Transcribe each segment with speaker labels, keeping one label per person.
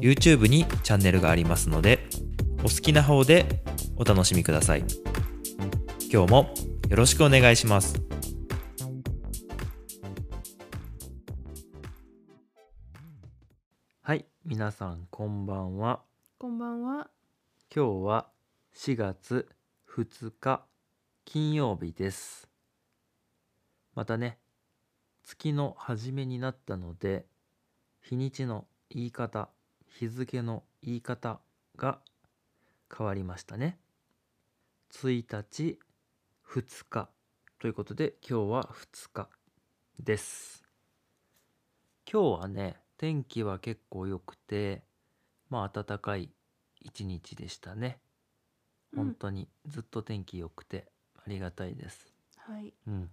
Speaker 1: YouTube にチャンネルがありますのでお好きな方でお楽しみください今日もよろしくお願いしますはい皆さんこんばんは
Speaker 2: こんばんは。
Speaker 1: 今日は4月2日金曜日ですまたね月の初めになったので日にちの言い方日付の言い方が変わりましたね1日2日ということで今日は2日です今日はね天気は結構良くてまあ暖かい一日でしたね
Speaker 2: うん
Speaker 1: 本当にずっと天気良くてありがたいです、
Speaker 2: はい。
Speaker 1: うん、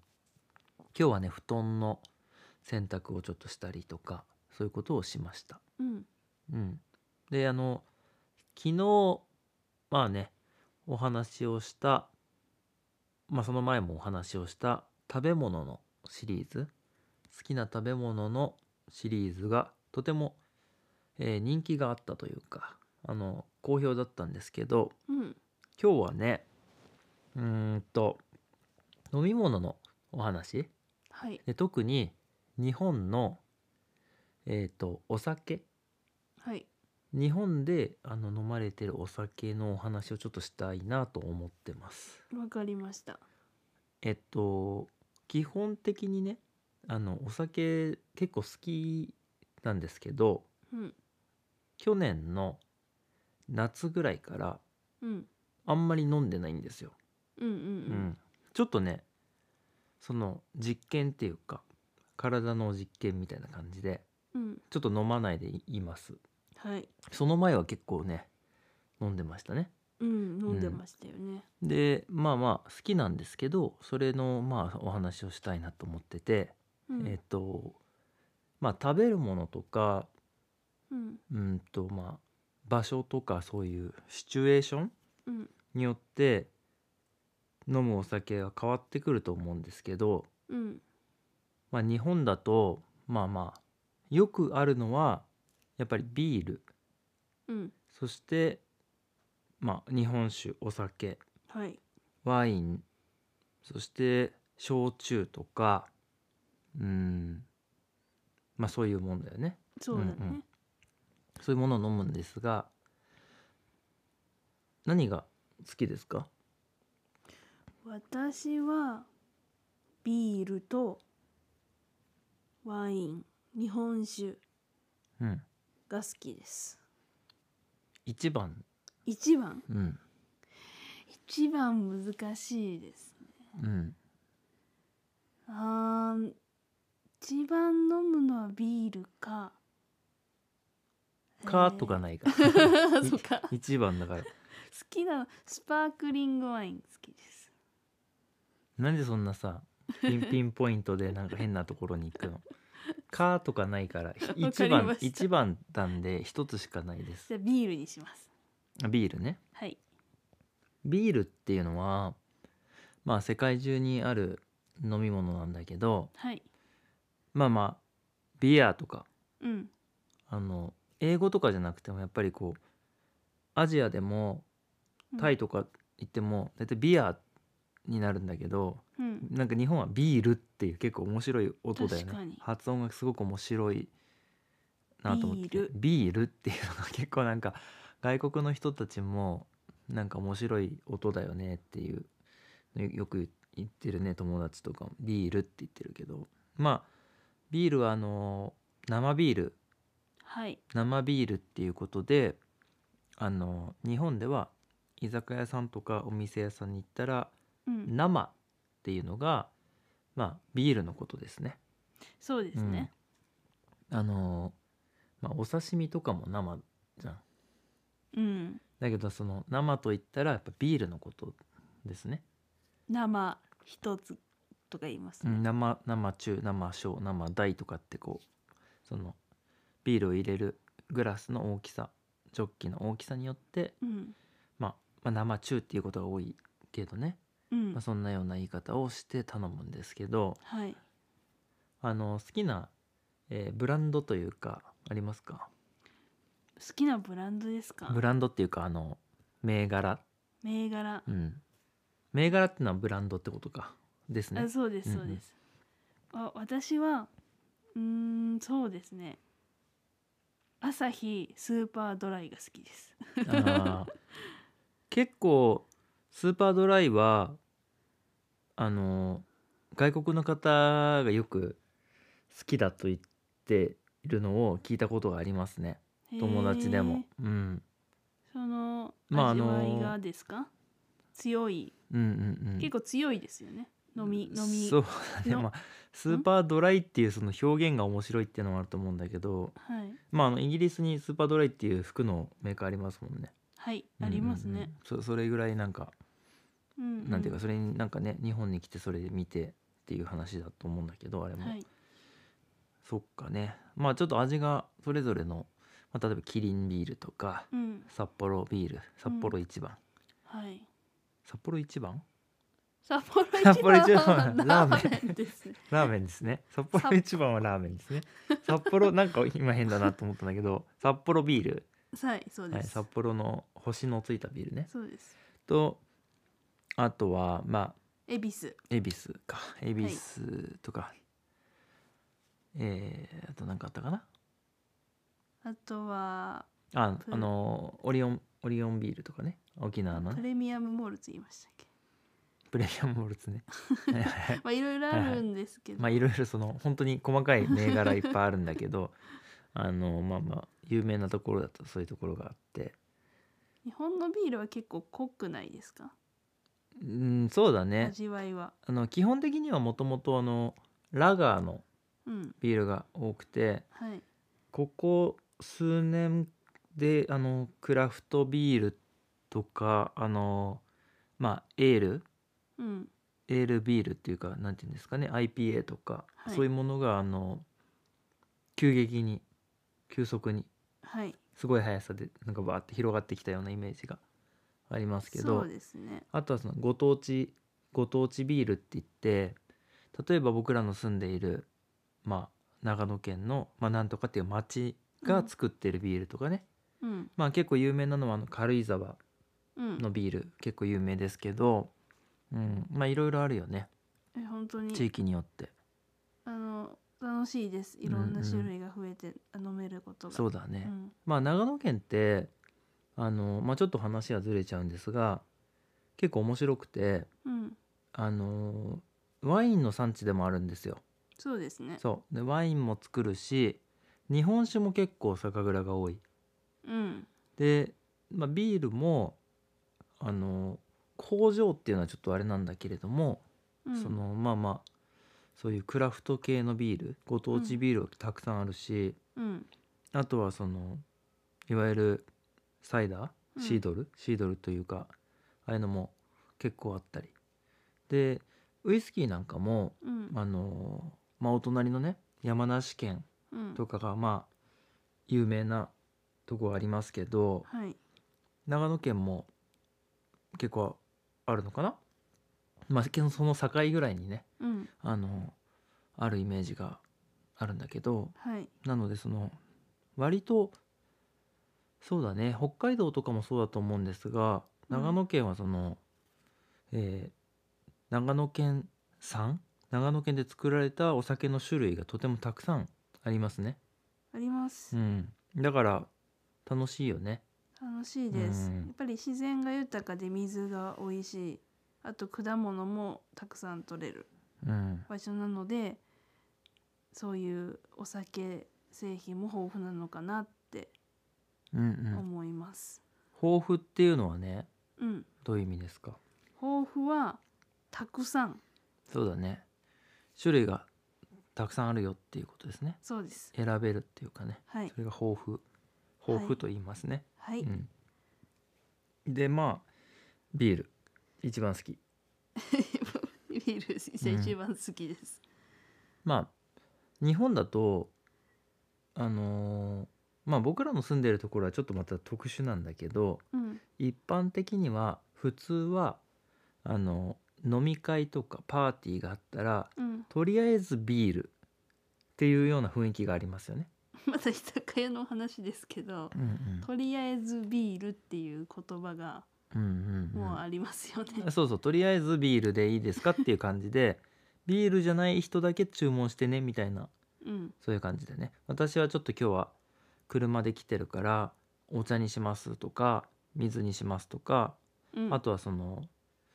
Speaker 1: 今日はね布団の洗濯をちょっとしたりとかそういうことをしました、
Speaker 2: うん。
Speaker 1: うん、であの昨日まあねお話をしたまあその前もお話をした食べ物のシリーズ好きな食べ物のシリーズがとても、えー人気があったというかあの好評だったんですけど
Speaker 2: うん。
Speaker 1: 今日はねうーんと飲み物のお話
Speaker 2: はい。
Speaker 1: で特に日本のえっ、とお酒
Speaker 2: はい。
Speaker 1: 日本であの飲まれてるお酒のお話をちょっとしたいなと思ってます。
Speaker 2: わかりました。
Speaker 1: えっと基本的にねあのお酒結構好きなんですけど
Speaker 2: うん。
Speaker 1: 去年の夏ぐらいから
Speaker 2: うん。
Speaker 1: あんまり飲んでないんですよ。
Speaker 2: うん。う。
Speaker 1: うんん、ちょっとねその実験っていうか体の実験みたいな感じで
Speaker 2: うん。うん。
Speaker 1: ちょっと飲まないでいます
Speaker 2: はい。
Speaker 1: その前は結構ね飲んでましたね
Speaker 2: うん。飲んでましたよね。
Speaker 1: でまあまあ好きなんですけどそれのまあお話をしたいなと思ってて、
Speaker 2: うん。
Speaker 1: えっ、とまあ食べるものとか
Speaker 2: うん。
Speaker 1: うんとまあ場所とかそういうシチュエーション
Speaker 2: うん。
Speaker 1: によって飲むお酒が変わってくると思うんですけど、
Speaker 2: うん。
Speaker 1: まあ、日本だとまあまあよくあるのはやっぱりビール
Speaker 2: うん。
Speaker 1: そしてまあ日本酒お酒
Speaker 2: はい。
Speaker 1: ワインそして焼酎とかうんまあそういうもんだよね
Speaker 2: そうだね。
Speaker 1: うんうんそういうものを飲むんですが何が好きですか
Speaker 2: 私は。ビールと。ワイン。日本酒。
Speaker 1: うん
Speaker 2: が好きです。
Speaker 1: 一番
Speaker 2: 一番。
Speaker 1: うん
Speaker 2: 一番難しいです。
Speaker 1: うん
Speaker 2: あー一番飲むのはビールか。
Speaker 1: かとか
Speaker 2: ね。
Speaker 1: ないか
Speaker 2: そうか。好
Speaker 1: 一番だから
Speaker 2: きなのスパークリングワイン好きです。
Speaker 1: なんでそんなさピン ピンポイントでなんか変なところに行くのかとかない から
Speaker 2: りました
Speaker 1: 一番一番なんで一つしかないです
Speaker 2: じゃあビールにします。
Speaker 1: ビールね
Speaker 2: はい。
Speaker 1: ビールっていうのはまあ世界中にある飲み物なんだけど
Speaker 2: はい。
Speaker 1: まあまあビアとか
Speaker 2: うん。
Speaker 1: あの英語とかじゃなくてもやっぱりこうアジアでも
Speaker 2: うん
Speaker 1: タイ。とか行っても大体ビアになるんだけど
Speaker 2: うん。
Speaker 1: なんか日本はビールっていう結構面白い音だよ
Speaker 2: 確か
Speaker 1: ね
Speaker 2: に
Speaker 1: 発音がすごく面白いなと思ってて
Speaker 2: ビ
Speaker 1: ビー
Speaker 2: ール
Speaker 1: ルっていうのが結構なんか外国の人たちもなんか面白い音だよねっていうよく言ってるね友達とかもビールって言ってるけどまあビールはあの生ビール
Speaker 2: はい。
Speaker 1: 生ビールっていうことであの日本では居酒屋さんとかお店屋さんに行ったら
Speaker 2: うん。
Speaker 1: 生っていうのがまあビールのことですね。
Speaker 2: そうですね。
Speaker 1: うんあのーまあお刺身とかも生じゃん。
Speaker 2: うん
Speaker 1: だけどその生と言ったらやっぱビールのことですね、
Speaker 2: 生一つとか言います
Speaker 1: う
Speaker 2: ね、
Speaker 1: ん、生生中生小生大とかってこうそのビールを入れるグラスの大きさジョッキの大きさによって、
Speaker 2: うん
Speaker 1: まあ、まあ生中っていうことが多いけどね、
Speaker 2: うん
Speaker 1: まあ、そんなような言い方をして頼むんですけど
Speaker 2: はい
Speaker 1: あの好きな、えーブランドというかありますか
Speaker 2: 好きなブランドですか
Speaker 1: ブランドっていうかあの銘柄
Speaker 2: 銘柄、
Speaker 1: うん銘柄ってのはブランドってことかですね
Speaker 2: あそうです
Speaker 1: うんう
Speaker 2: そ
Speaker 1: ん
Speaker 2: うです、あ私はうーんそうですね朝日スーパードライが好きです
Speaker 1: あー結構スーパードライはあの外国の方がよく好きだと言っているのを聞いたことがありますね友達で
Speaker 2: へー
Speaker 1: も、うん、
Speaker 2: その
Speaker 1: まあ
Speaker 2: 味わ
Speaker 1: あの
Speaker 2: い
Speaker 1: ー
Speaker 2: がですか、強い
Speaker 1: うんうんうん
Speaker 2: 結構強いですよね、飲み飲み
Speaker 1: そう だね
Speaker 2: の
Speaker 1: まあスーパードライっていうその表現が面白いっていうのもあると思うんだけど
Speaker 2: はい
Speaker 1: まああのイギリスにスーパードライっていう服のメーカーありますもんね
Speaker 2: はいあります
Speaker 1: うんうんう
Speaker 2: ね
Speaker 1: ん、そそれぐらいなんか
Speaker 2: うん
Speaker 1: なんていうかそれになんかね日本に来てそれ見てっていう話だと思うんだけどあれも、
Speaker 2: はい
Speaker 1: そっかねまあちょっと味がそれぞれの、まあ、例えばキリンビールとか
Speaker 2: うん
Speaker 1: 札幌ビール札幌一番、
Speaker 2: はい
Speaker 1: 札幌一番
Speaker 2: 札幌一番
Speaker 1: 札幌一番
Speaker 2: ラ
Speaker 1: ラーメン
Speaker 2: ーメンですね
Speaker 1: ラーメンです ね札幌一番はラーメンですね札幌なんか今変だなと思ったんだけど札幌ビール、
Speaker 2: はいそ
Speaker 1: は
Speaker 2: うで
Speaker 1: い、
Speaker 2: す、
Speaker 1: 札幌の星のついたビールね
Speaker 2: そうです
Speaker 1: とあとはまあ
Speaker 2: 恵比寿
Speaker 1: 恵比寿か恵比寿とか、えー、あと何かあったかな
Speaker 2: あとは
Speaker 1: あ
Speaker 2: プレ
Speaker 1: あのオリオンオリオンビールとかね沖縄の
Speaker 2: プ
Speaker 1: ね
Speaker 2: レミアムモルツ言いましたっけ
Speaker 1: プレミアムモルツねはいはい はい
Speaker 2: まあいろいろあるんですけど、
Speaker 1: まあいろいろその本当に細かい銘柄いっぱいあるんだけ どあのまあまあ有名なところだとそういうところがあって
Speaker 2: 日本のビールは結構濃くないですか
Speaker 1: うんそうだね
Speaker 2: 味わいは
Speaker 1: あの基本的にはもともとあのラガーの
Speaker 2: うん
Speaker 1: ビールが多くて
Speaker 2: はい
Speaker 1: ここ数年であのクラフトビールとかあのまあエール
Speaker 2: うん
Speaker 1: エールビールっていうかなんていうんですかね IPA とか、
Speaker 2: はい
Speaker 1: そういうものがあの急激に急速に
Speaker 2: はい
Speaker 1: すごい速さでなんかバーって広がってきたようなイメージがありますけ
Speaker 2: そ
Speaker 1: ど
Speaker 2: うですね
Speaker 1: あとはそのご当地ご当地ビールって言って例えば僕らの住んでいる、まあ、長野県の、まあ、なんとかっていう町が作ってるビールとかね、
Speaker 2: うん
Speaker 1: まあ結構有名なのはあの軽井沢
Speaker 2: うん
Speaker 1: のビール結構有名ですけど、うん、まあいろいろあるよね
Speaker 2: え本当
Speaker 1: 地
Speaker 2: に
Speaker 1: 域によって。
Speaker 2: あの楽しいですいろんな種類が増えて、あ飲めることが
Speaker 1: そううだね、
Speaker 2: ん
Speaker 1: まあ長野県ってあの、まあ、ちょっと話はずれちゃうんですが結構面白くて
Speaker 2: うん
Speaker 1: あのワインの産地でもあるんですよ。
Speaker 2: そうですね
Speaker 1: そうでワインも作るし日本酒も結構酒蔵が多い。
Speaker 2: うん
Speaker 1: で、まあ、ビールもあの工場っていうのはちょっとあれなんだけれども、
Speaker 2: うん
Speaker 1: そのまあまあそういうクラフト系のビールご当地ビールがたくさんあるし、
Speaker 2: うん
Speaker 1: あとはそのいわゆるサイダ
Speaker 2: う
Speaker 1: ー
Speaker 2: ん
Speaker 1: シードル、シードルというかああいうのも結構あったりでウイスキーなんかも
Speaker 2: うん
Speaker 1: あのーまあお隣のね山梨県
Speaker 2: うん
Speaker 1: とかがまあ有名なとこありますけど
Speaker 2: はい
Speaker 1: 長野県も結構あるのかなまあけどその境ぐらいにね
Speaker 2: うん
Speaker 1: あのあるイメージがあるんだけど
Speaker 2: はい
Speaker 1: なのでその割とそうだね北海道とかもそうだと思うんですが
Speaker 2: うん
Speaker 1: 長野県はその、えー長野県産長野県で作られたお酒の種類がとてもたくさんありますね。
Speaker 2: あります、
Speaker 1: うん、だから楽しいよね。
Speaker 2: 楽しいです、
Speaker 1: うん
Speaker 2: やっぱり自然が豊かで水が美味しいあと果物もたくさん取れる
Speaker 1: うん、
Speaker 2: 場所なのでそういうお酒製品も豊富なのかなって
Speaker 1: うん、うん。
Speaker 2: 思います、
Speaker 1: 豊富っていうのはね
Speaker 2: うん、
Speaker 1: どういう意味ですか
Speaker 2: 豊富はたくさん
Speaker 1: そうだね種類がたくさんあるよっていうことですね。
Speaker 2: そうです
Speaker 1: 選べるっていうかね
Speaker 2: はい
Speaker 1: それが豊富豊
Speaker 2: は
Speaker 1: 富
Speaker 2: い
Speaker 1: と言いますね。
Speaker 2: はい、
Speaker 1: うんでまあビール一番好き うん
Speaker 2: ビール一番好きです、
Speaker 1: まあ日本だとあのーまあ僕らの住んでるところはちょっとまた特殊なんだけど
Speaker 2: うん、
Speaker 1: 一般的には普通はあの飲み会とかパーティーがあったら
Speaker 2: うん、
Speaker 1: とりあえずビールっていうような雰囲気がありますよね。
Speaker 2: また居酒屋の話ですけど、
Speaker 1: うんうん
Speaker 2: とりあえずビールっていう言葉が
Speaker 1: うんうんうん
Speaker 2: もうありますよね、
Speaker 1: そうそうとりあえずビールでいいですかっていう感じでビールじゃない人だけ注文してねみたいな
Speaker 2: うん、
Speaker 1: そういう感じでね私はちょっと今日は車で来てるからお茶にしますとか水にしますとか、
Speaker 2: うん、
Speaker 1: あとはその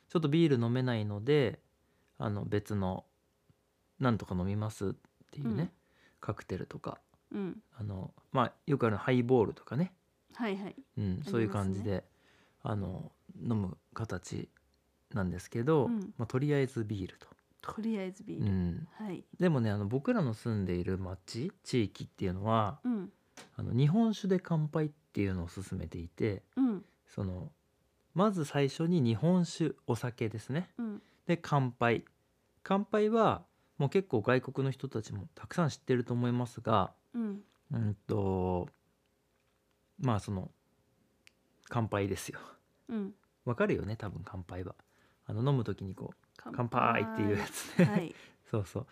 Speaker 1: ちょっとビール飲めないのであの別のなんとか飲みますっていうね、
Speaker 2: うん
Speaker 1: カクテルとか
Speaker 2: うん、
Speaker 1: あのまあよくあるハイボールとかね
Speaker 2: はいはい
Speaker 1: うん、そういう感じで、あの飲む形なんですけど、
Speaker 2: うん
Speaker 1: まあ、とりあえずビールと。
Speaker 2: とりあえずビー
Speaker 1: う
Speaker 2: ル、
Speaker 1: ん、
Speaker 2: はい
Speaker 1: でもねあの僕らの住んでいる町地域っていうのは
Speaker 2: うん
Speaker 1: あの日本酒で乾杯っていうのを勧めていて
Speaker 2: うん
Speaker 1: そのまず最初に日本酒お酒ですね
Speaker 2: うん
Speaker 1: で乾杯乾杯はもう結構外国の人たちもたくさん知ってると思いますが
Speaker 2: うん
Speaker 1: うんとまあその乾杯ですよ
Speaker 2: うん
Speaker 1: わかるよね多分乾杯はあの飲む時にこう「乾杯」っていうやつ ね、
Speaker 2: はい
Speaker 1: そうそう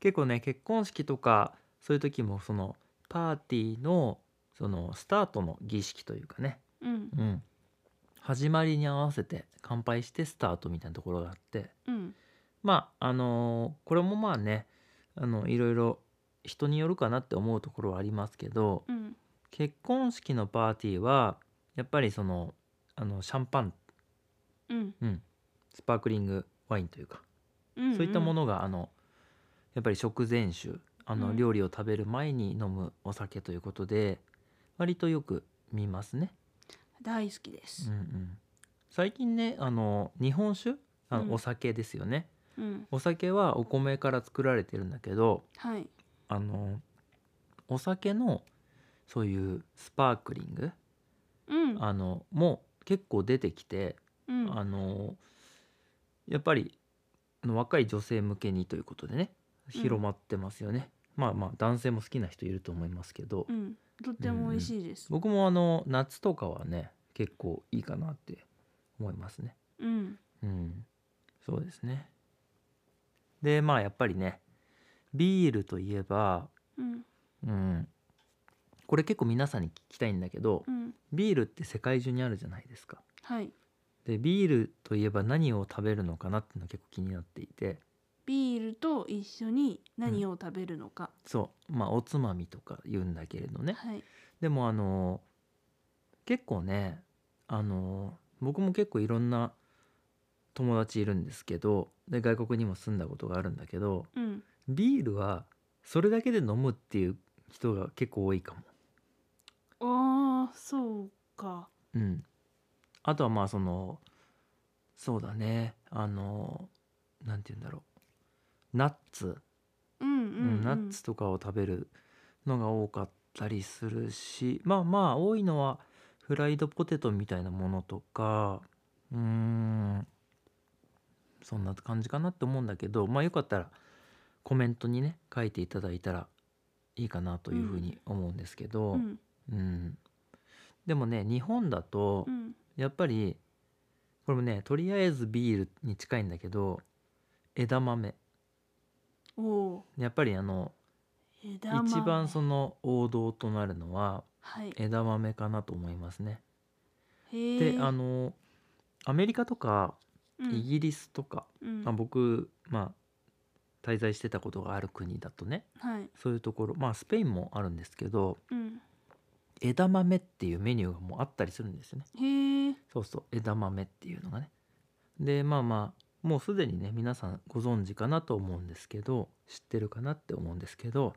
Speaker 1: 結構ね結婚式とかそういう時もそのパーティーのそのスタートの儀式というかね、
Speaker 2: うん
Speaker 1: うん、始まりに合わせて乾杯してスタートみたいなところがあって
Speaker 2: うん
Speaker 1: まああのーこれもまあねあのいろいろ人によるかなって思うところはありますけど、
Speaker 2: うん
Speaker 1: 結婚式のパーティーはやっぱりそのあのシャンパン
Speaker 2: うん
Speaker 1: うん、スパークリングワインというか、
Speaker 2: うん
Speaker 1: そういったものがあのやっぱり食前酒あ
Speaker 2: う
Speaker 1: の
Speaker 2: ん
Speaker 1: 料理を食べる前に飲むお酒ということで、割とよく見ますね。
Speaker 2: 大好きで
Speaker 1: う
Speaker 2: す
Speaker 1: んうん、最近ねあの日本酒あの、
Speaker 2: うん
Speaker 1: お酒ですよね。
Speaker 2: うん、
Speaker 1: お酒はお米から作られてるんだけど
Speaker 2: はい
Speaker 1: あのお酒のそういうスパークリング、
Speaker 2: うん
Speaker 1: あのも結構出てきて
Speaker 2: うん
Speaker 1: あのやっぱりあの若い女性向けにということでね
Speaker 2: うん
Speaker 1: 広まってますよね、まあまあ男性も好きな人いると思いますけど、
Speaker 2: うんとっても美味しいです
Speaker 1: 僕もあの夏とかはね結構いいかなって思いますね
Speaker 2: うん
Speaker 1: うんそうですねでまあやっぱりねビールといえば
Speaker 2: うん
Speaker 1: うんこれ結構皆さんに聞きたいんだけど
Speaker 2: うん
Speaker 1: ビールって世界中にあるじゃないですか
Speaker 2: はい
Speaker 1: でビールといえば何を食べるのかなっていうのが結構気になっていて
Speaker 2: ビールと一緒に何を食べるのか、
Speaker 1: そうまあおつまみとか言うんだけれどね
Speaker 2: はい
Speaker 1: でもあの結構ねあの僕も結構いろんな友達いるんですけどで外国にも住んだことがあるんだけど
Speaker 2: うん
Speaker 1: ビールはそれだけで飲むっていう人が結構多いかも。
Speaker 2: ああそうか
Speaker 1: うん、あとはまあそのそうだねあのなんて言うんだろうナッツ
Speaker 2: うん
Speaker 1: う
Speaker 2: うん、うん
Speaker 1: ん、ナッツとかを食べるのが多かったりするしまあまあ多いのはフライドポテトみたいなものとかうーんそんな感じかなって思うんだけどまあよかったらコメントにね書いていただいたらいいかなというふうに思うんですけど、
Speaker 2: う
Speaker 1: うん
Speaker 2: ん
Speaker 1: でもね日本だと
Speaker 2: うん
Speaker 1: やっぱりこれもねとりあえずビールに近いんだけど枝豆
Speaker 2: おお
Speaker 1: やっぱりあの
Speaker 2: ー枝豆
Speaker 1: 一番その王道となるのは
Speaker 2: はい
Speaker 1: 枝豆かなと思いますね。
Speaker 2: へ
Speaker 1: であのアメリカとか
Speaker 2: うん
Speaker 1: イギリスとか、
Speaker 2: うん
Speaker 1: まあ、僕、まあ、滞在してたことがある国だとね
Speaker 2: はい
Speaker 1: そういうところまあスペインもあるんですけど
Speaker 2: うん
Speaker 1: 枝豆っていうメニューがもうあったりするんですよね。
Speaker 2: へえ
Speaker 1: そうそう枝豆っていうのがね。でまあまあもうすでにね皆さんご存知かなと思うんですけど知ってるかなって思うんですけど、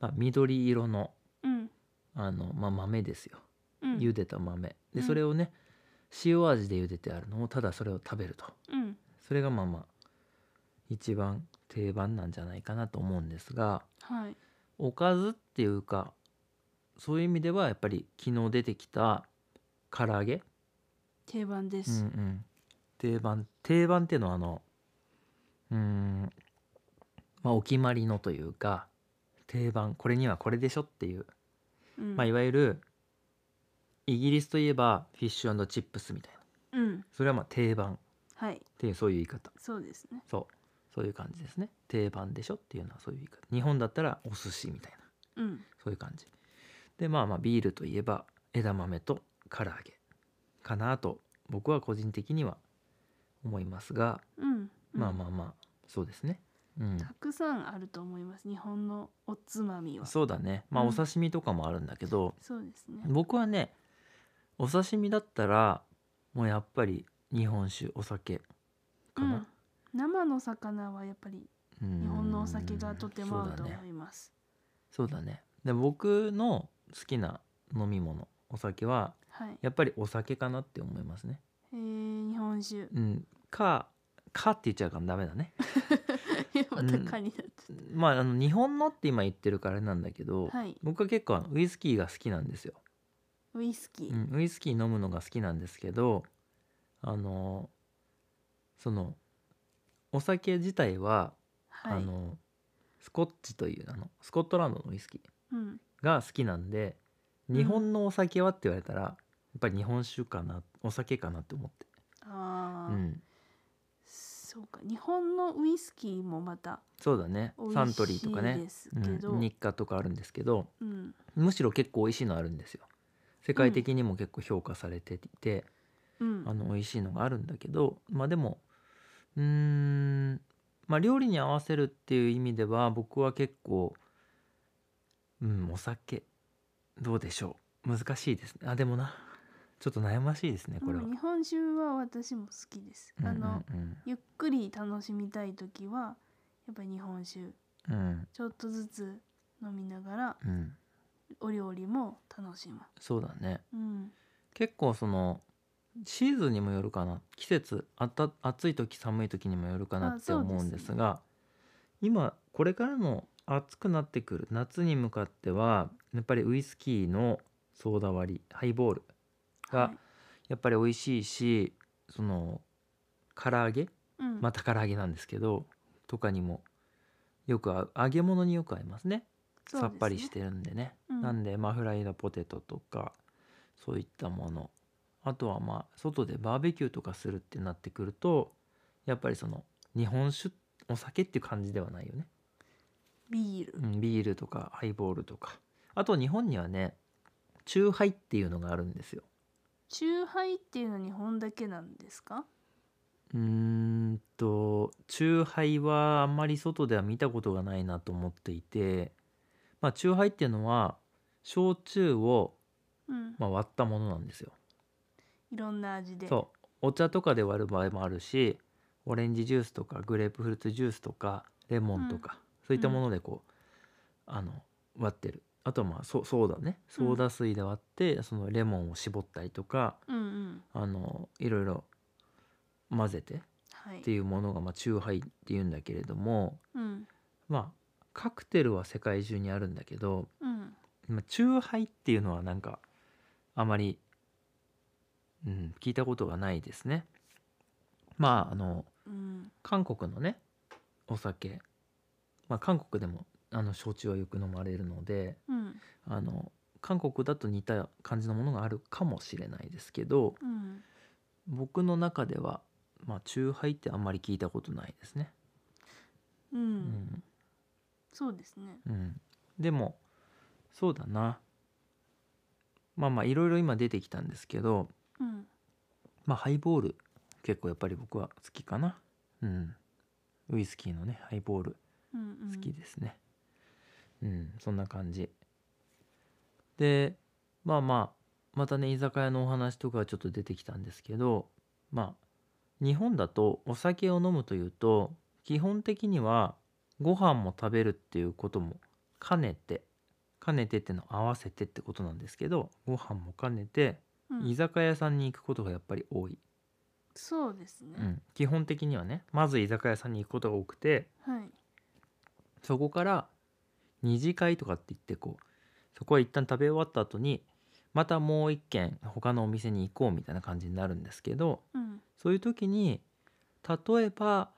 Speaker 1: まあ、緑色の
Speaker 2: うん
Speaker 1: あの、まあ、豆ですよ。
Speaker 2: うん
Speaker 1: 茹でた豆
Speaker 2: うん
Speaker 1: でそれをね塩味で茹でてあるのをただそれを食べると
Speaker 2: うん
Speaker 1: それがまあまあ一番定番なんじゃないかなと思うんですが
Speaker 2: はい
Speaker 1: おかずっていうかそういう意味ではやっぱり昨日出てきた唐揚げ
Speaker 2: 定番で
Speaker 1: うんう
Speaker 2: す、
Speaker 1: ん、定番定番っていうのはあのうーんまあお決まりのというか定番これにはこれでしょっていう、
Speaker 2: うん
Speaker 1: まあ、いわゆるイギリスといえばフィッシュチップスみたいな
Speaker 2: うん
Speaker 1: それはまあ定番っ
Speaker 2: はい
Speaker 1: ていうそういう言い方
Speaker 2: そうですね
Speaker 1: そうそういう感じですね定番でしょっていうのはそういう言い方日本だったらお寿司みたいな
Speaker 2: うん
Speaker 1: そういう感じでまあまあビールといえば枝豆と唐揚げかなと僕は個人的には思いますが、
Speaker 2: うん
Speaker 1: まあ
Speaker 2: あ
Speaker 1: まあまあそうですねうん
Speaker 2: たくさんあると思います日本のおつまみはそ
Speaker 1: そうだねまあ
Speaker 2: うん
Speaker 1: お刺身とかもあるんだけど、
Speaker 2: うですね
Speaker 1: 僕はねお刺身だったらもうやっぱり日本酒お酒か
Speaker 2: う、
Speaker 1: なん
Speaker 2: 生の魚はやっぱり
Speaker 1: うん
Speaker 2: 日本のお酒がとても合うと
Speaker 1: そうだ
Speaker 2: 思
Speaker 1: ね
Speaker 2: います、
Speaker 1: そうだねで僕の好きな飲み物お酒は
Speaker 2: はい、
Speaker 1: やっぱりお酒かなって思いますね
Speaker 2: えー、日本 酒
Speaker 1: うん、か「か」って言っちゃうからダメだね。
Speaker 2: また蚊になっちゃっ
Speaker 1: まああの日本のって今言ってるからあれなんだけど、
Speaker 2: たはい
Speaker 1: 僕は結構あのウイスキーが好きなんですよ、
Speaker 2: ウイスキー、
Speaker 1: うん。ウイスキー飲むのが好きなんですけどあのそのお酒自体は、
Speaker 2: はい
Speaker 1: あのスコッチというあのスコットランドのウイスキ
Speaker 2: うん
Speaker 1: ーが好きなんで日本のお酒はって言われたら、やっぱり日本酒かなお酒かなって思って。
Speaker 2: あ
Speaker 1: う
Speaker 2: あ、
Speaker 1: ん、
Speaker 2: そうか日本のウイスキーもまた
Speaker 1: そうだね
Speaker 2: 美
Speaker 1: サン
Speaker 2: 味
Speaker 1: ト
Speaker 2: し
Speaker 1: リーと
Speaker 2: い
Speaker 1: かね
Speaker 2: で。すけど、
Speaker 1: うん、日課とかあるんですけど
Speaker 2: うん
Speaker 1: むしろ結構美味しいのあるんですよ世界的にも結構評価されていて、
Speaker 2: うん
Speaker 1: あの美味しいのがあるんだけどまあでもうーんまあ料理に合わせるっていう意味では僕は結構うんお酒どうでしょう難しいですねあでもなちょっと悩ましいですねこれは、
Speaker 2: うん日本酒は私も好きです、
Speaker 1: うん
Speaker 2: あの
Speaker 1: うん
Speaker 2: ゆっくり楽しみたい時はやっぱり日本酒
Speaker 1: うんうん
Speaker 2: ちょっとずつ飲みながら
Speaker 1: うん
Speaker 2: お料理も楽しむ
Speaker 1: そうだね
Speaker 2: うん
Speaker 1: 結構そのシーズンにもよるかな季節あた暑い時寒い時にもよるかなって
Speaker 2: あそうですね
Speaker 1: 思うんですが今これからの暑くなってくる夏に向かってはやっぱりウイスキーのソーダ割りハイボールが、
Speaker 2: はい
Speaker 1: やっぱり美味しいしその唐揚げ
Speaker 2: うん
Speaker 1: また唐揚げなんですけどとかにもよく合う揚げ物によく合いますね
Speaker 2: そうですね
Speaker 1: さっぱりしてるんでね、
Speaker 2: うん
Speaker 1: なんでまあフライドポテトとかそういったものあとはまあ外でバーベキューとかするってなってくるとやっぱりその日本酒お酒っていう感じではないよね、
Speaker 2: ビール
Speaker 1: うん、ビールとかハイボールとかあと日本にはねチューハイっていうのがあるんですよ
Speaker 2: チューハイっていうのは日本だけなんですか
Speaker 1: うーんとチューハイはあんまり外では見たことがないなと思っていてまあチューハイっていうのは焼酎を、
Speaker 2: うん、
Speaker 1: まあ、割ったものなんですよ
Speaker 2: いろんな味で
Speaker 1: そうお茶とかで割る場合もあるしオレンジジュースとかグレープフルーツジュースとかレモンとか、そういったものでこう、あの割ってるあとはまあそソーダねソーダ水で割って、そのレモンを絞ったりとか
Speaker 2: う、うんうん、
Speaker 1: あのいろいろ混ぜて
Speaker 2: はい
Speaker 1: っていうものが、まあ、チューハイっていうんだけれども
Speaker 2: うん
Speaker 1: まあカクテルは世界中にあるんだけど、
Speaker 2: うん
Speaker 1: まあ、チューハイっていうのはなんかあまり、うん、聞いたことがないですね。まああの
Speaker 2: うん
Speaker 1: 韓国のねお酒、まあ、韓国でもあの焼酎はよく飲まれるので
Speaker 2: うん
Speaker 1: あの韓国だと似た感じのものがあるかもしれないですけど
Speaker 2: うん
Speaker 1: 僕の中では、まあ、チューハイってあんまり聞いたことないですね。
Speaker 2: う
Speaker 1: うんん
Speaker 2: そうですね
Speaker 1: うん、でもそうだなまあまあいろいろ今出てきたんですけど、
Speaker 2: うん
Speaker 1: まあ、ハイボール結構やっぱり僕は好きかな、うん、ウイスキーのねハイボール
Speaker 2: うんうん
Speaker 1: 好きですねうん、そんな感じでまあまあまたね居酒屋のお話とかはちょっと出てきたんですけどまあ日本だとお酒を飲むというと基本的にはご飯も食べるっていうことも兼ねて兼ねてっていうのは合わせてってことなんですけどご飯も兼ねて
Speaker 2: うん
Speaker 1: 居酒屋さんに行くことがやっぱり多い、
Speaker 2: そうですね、
Speaker 1: うん基本的にはねまず居酒屋さんに行くことが多くて
Speaker 2: はい
Speaker 1: そこから二次会とかって言ってこうそこは一旦食べ終わった後にまたもう一軒他のお店に行こうみたいな感じになるんですけど
Speaker 2: うん
Speaker 1: そういう時に例えば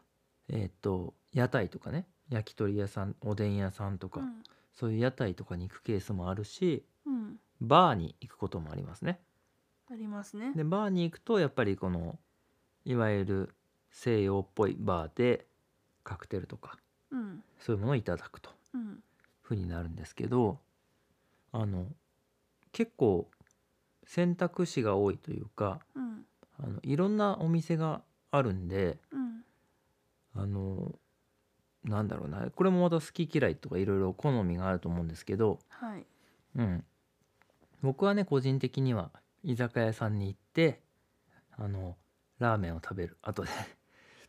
Speaker 1: えっ、と屋台とかね焼き鳥屋さんおでん屋さんとか、
Speaker 2: うん
Speaker 1: そういう屋台とかに行くケースもあるし
Speaker 2: うん
Speaker 1: バーに行くこともありますね。
Speaker 2: ありますね
Speaker 1: でバーに行くとやっぱりこのいわゆる西洋っぽいバーでカクテルとか
Speaker 2: うん
Speaker 1: そういうものをいただくと
Speaker 2: うん
Speaker 1: ふうになるんですけどあの結構選択肢が多いというか
Speaker 2: うん
Speaker 1: あのいろんなお店があるんで
Speaker 2: うん
Speaker 1: あのなんだろうなこれもまた好き嫌いとかいろいろ好みがあると思うんですけど、
Speaker 2: はい
Speaker 1: うん、僕はね個人的には居酒屋さんに行ってあのラーメンを食べる後で っ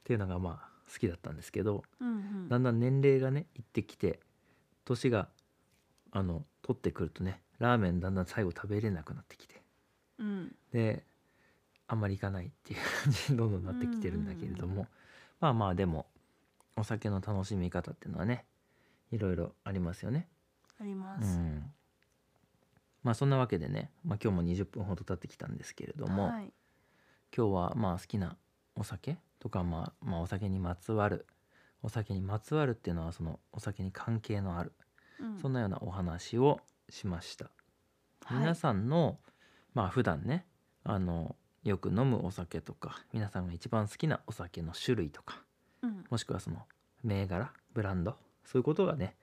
Speaker 1: ていうのがまあ好きだったんですけど
Speaker 2: うんう
Speaker 1: だ
Speaker 2: ん
Speaker 1: んだん年齢がねいってきて年があの取ってくるとねラーメンだんだん最後食べれなくなってきて
Speaker 2: うん
Speaker 1: であんまり行かないっていう感じにどん どんなってきてるんだけれども、
Speaker 2: うんうんうん
Speaker 1: まあまあでもお酒の楽しみ方っていうのはねいろいろありますよね。
Speaker 2: ありま
Speaker 1: う
Speaker 2: す、
Speaker 1: んまあそんなわけでね、まあ、今日も20分ほど経ってきたんですけれども、
Speaker 2: はい
Speaker 1: 今日はまあ好きなお酒とか、まあ、まあお酒にまつわるお酒にまつわるっていうのはそのお酒に関係のある、
Speaker 2: うん
Speaker 1: そんなようなお話をしました。
Speaker 2: はい
Speaker 1: 皆さんの、まあ普段ねあのよく飲むお酒とか皆さんが一番好きなお酒の種類とか
Speaker 2: うん
Speaker 1: もしくはその銘柄ブランドそういうことがね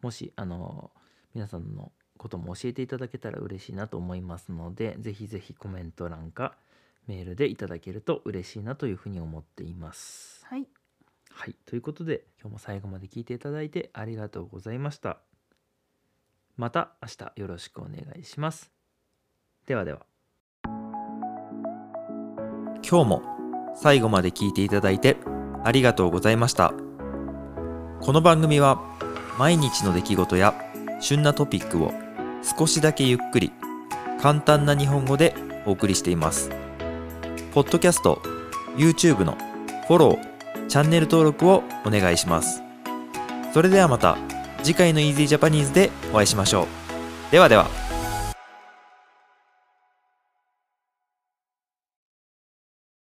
Speaker 1: もしあの皆さんのことも教えていただけたら嬉しいなと思いますのでぜひぜひコメント欄かメールでいただけると嬉しいなというふうに思っています。
Speaker 2: はい
Speaker 1: はい、ということで今日も最後まで聞いていただいてありがとうございました。また明日よろしくお願いします。ではでは。
Speaker 3: 今日も最後まで聞いていただいてありがとうございましたこの番組は毎日の出来事や旬なトピックを少しだけゆっくり簡単な日本語でお送りしていますポッドキャスト YouTube のフォローチャンネル登録をお願いしますそれではまた次回の Easy Japanese でお会いしましょうではでは